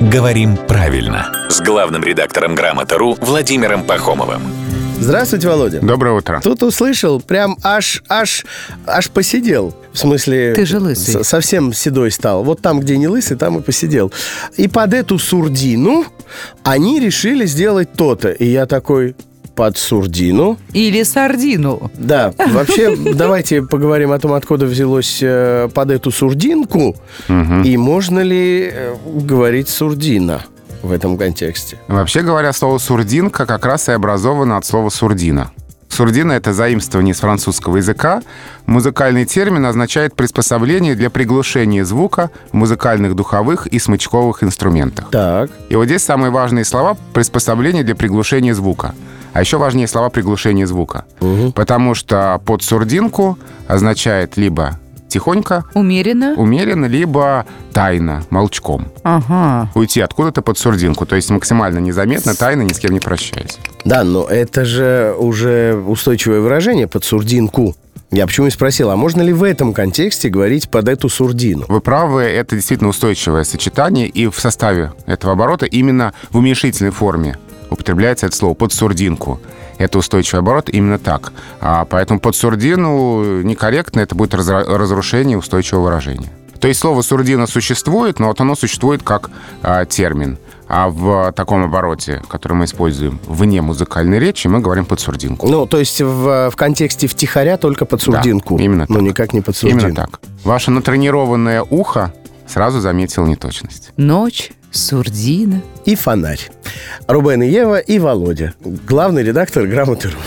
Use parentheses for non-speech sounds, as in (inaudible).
«Говорим правильно» с главным редактором «Грамота.ру» Владимиром Пахомовым. Здравствуйте, Володя. Доброе утро. Тут услышал, прям аж, аж, аж посидел. В смысле... Ты же лысый. со- Совсем седой стал. Вот там, где не лысый, там и посидел. И под эту сурдину они решили сделать то-то. И я такой, под сурдину? Или сардину. Да, (laughs) вообще, давайте поговорим о том, откуда взялось э, под эту сурдинку. И можно ли э, говорить сурдина в этом контексте? Вообще говоря, слово «сурдинка» как раз и образовано от слова «сурдина». Сурдина — это заимствование из французского языка. Музыкальный термин означает приспособление для приглушения звука в музыкальных духовых и смычковых инструментах. Так, И вот здесь самые важные слова — приспособление для приглушения звука. А еще важнее слова приглушения звука. Потому что под сурдинку означает либо тихонько, Умеренно? умеренно, либо тайно, молчком. Ага. уйти откуда-то под сурдинку. То есть максимально незаметно, тайно, ни с кем не прощаясь. да, но это же уже устойчивое выражение под сурдинку. Я почему и спросил, а можно ли в этом контексте говорить под эту сурдину? Вы правы, это действительно устойчивое сочетание, и в составе этого оборота именно в уменьшительной форме употребляется это слово «под сурдинку». Это устойчивый оборот именно так. А поэтому под сурдину некорректно, это будет разра- разрушение устойчивого выражения. То есть слово «сурдина» существует, но вот оно существует как а, термин. А в таком обороте, который мы используем вне музыкальной речи, мы говорим «под сурдинку». Ну, то есть в, в контексте втихаря только под сурдинку. именно Ну, так. никак не под сурдину. Именно так. Ваше натренированное ухо сразу заметило неточность. Ночь, сурдина. И фонарь. Рубен и Ева и Володя. Главный редактор «Грамоты.ру».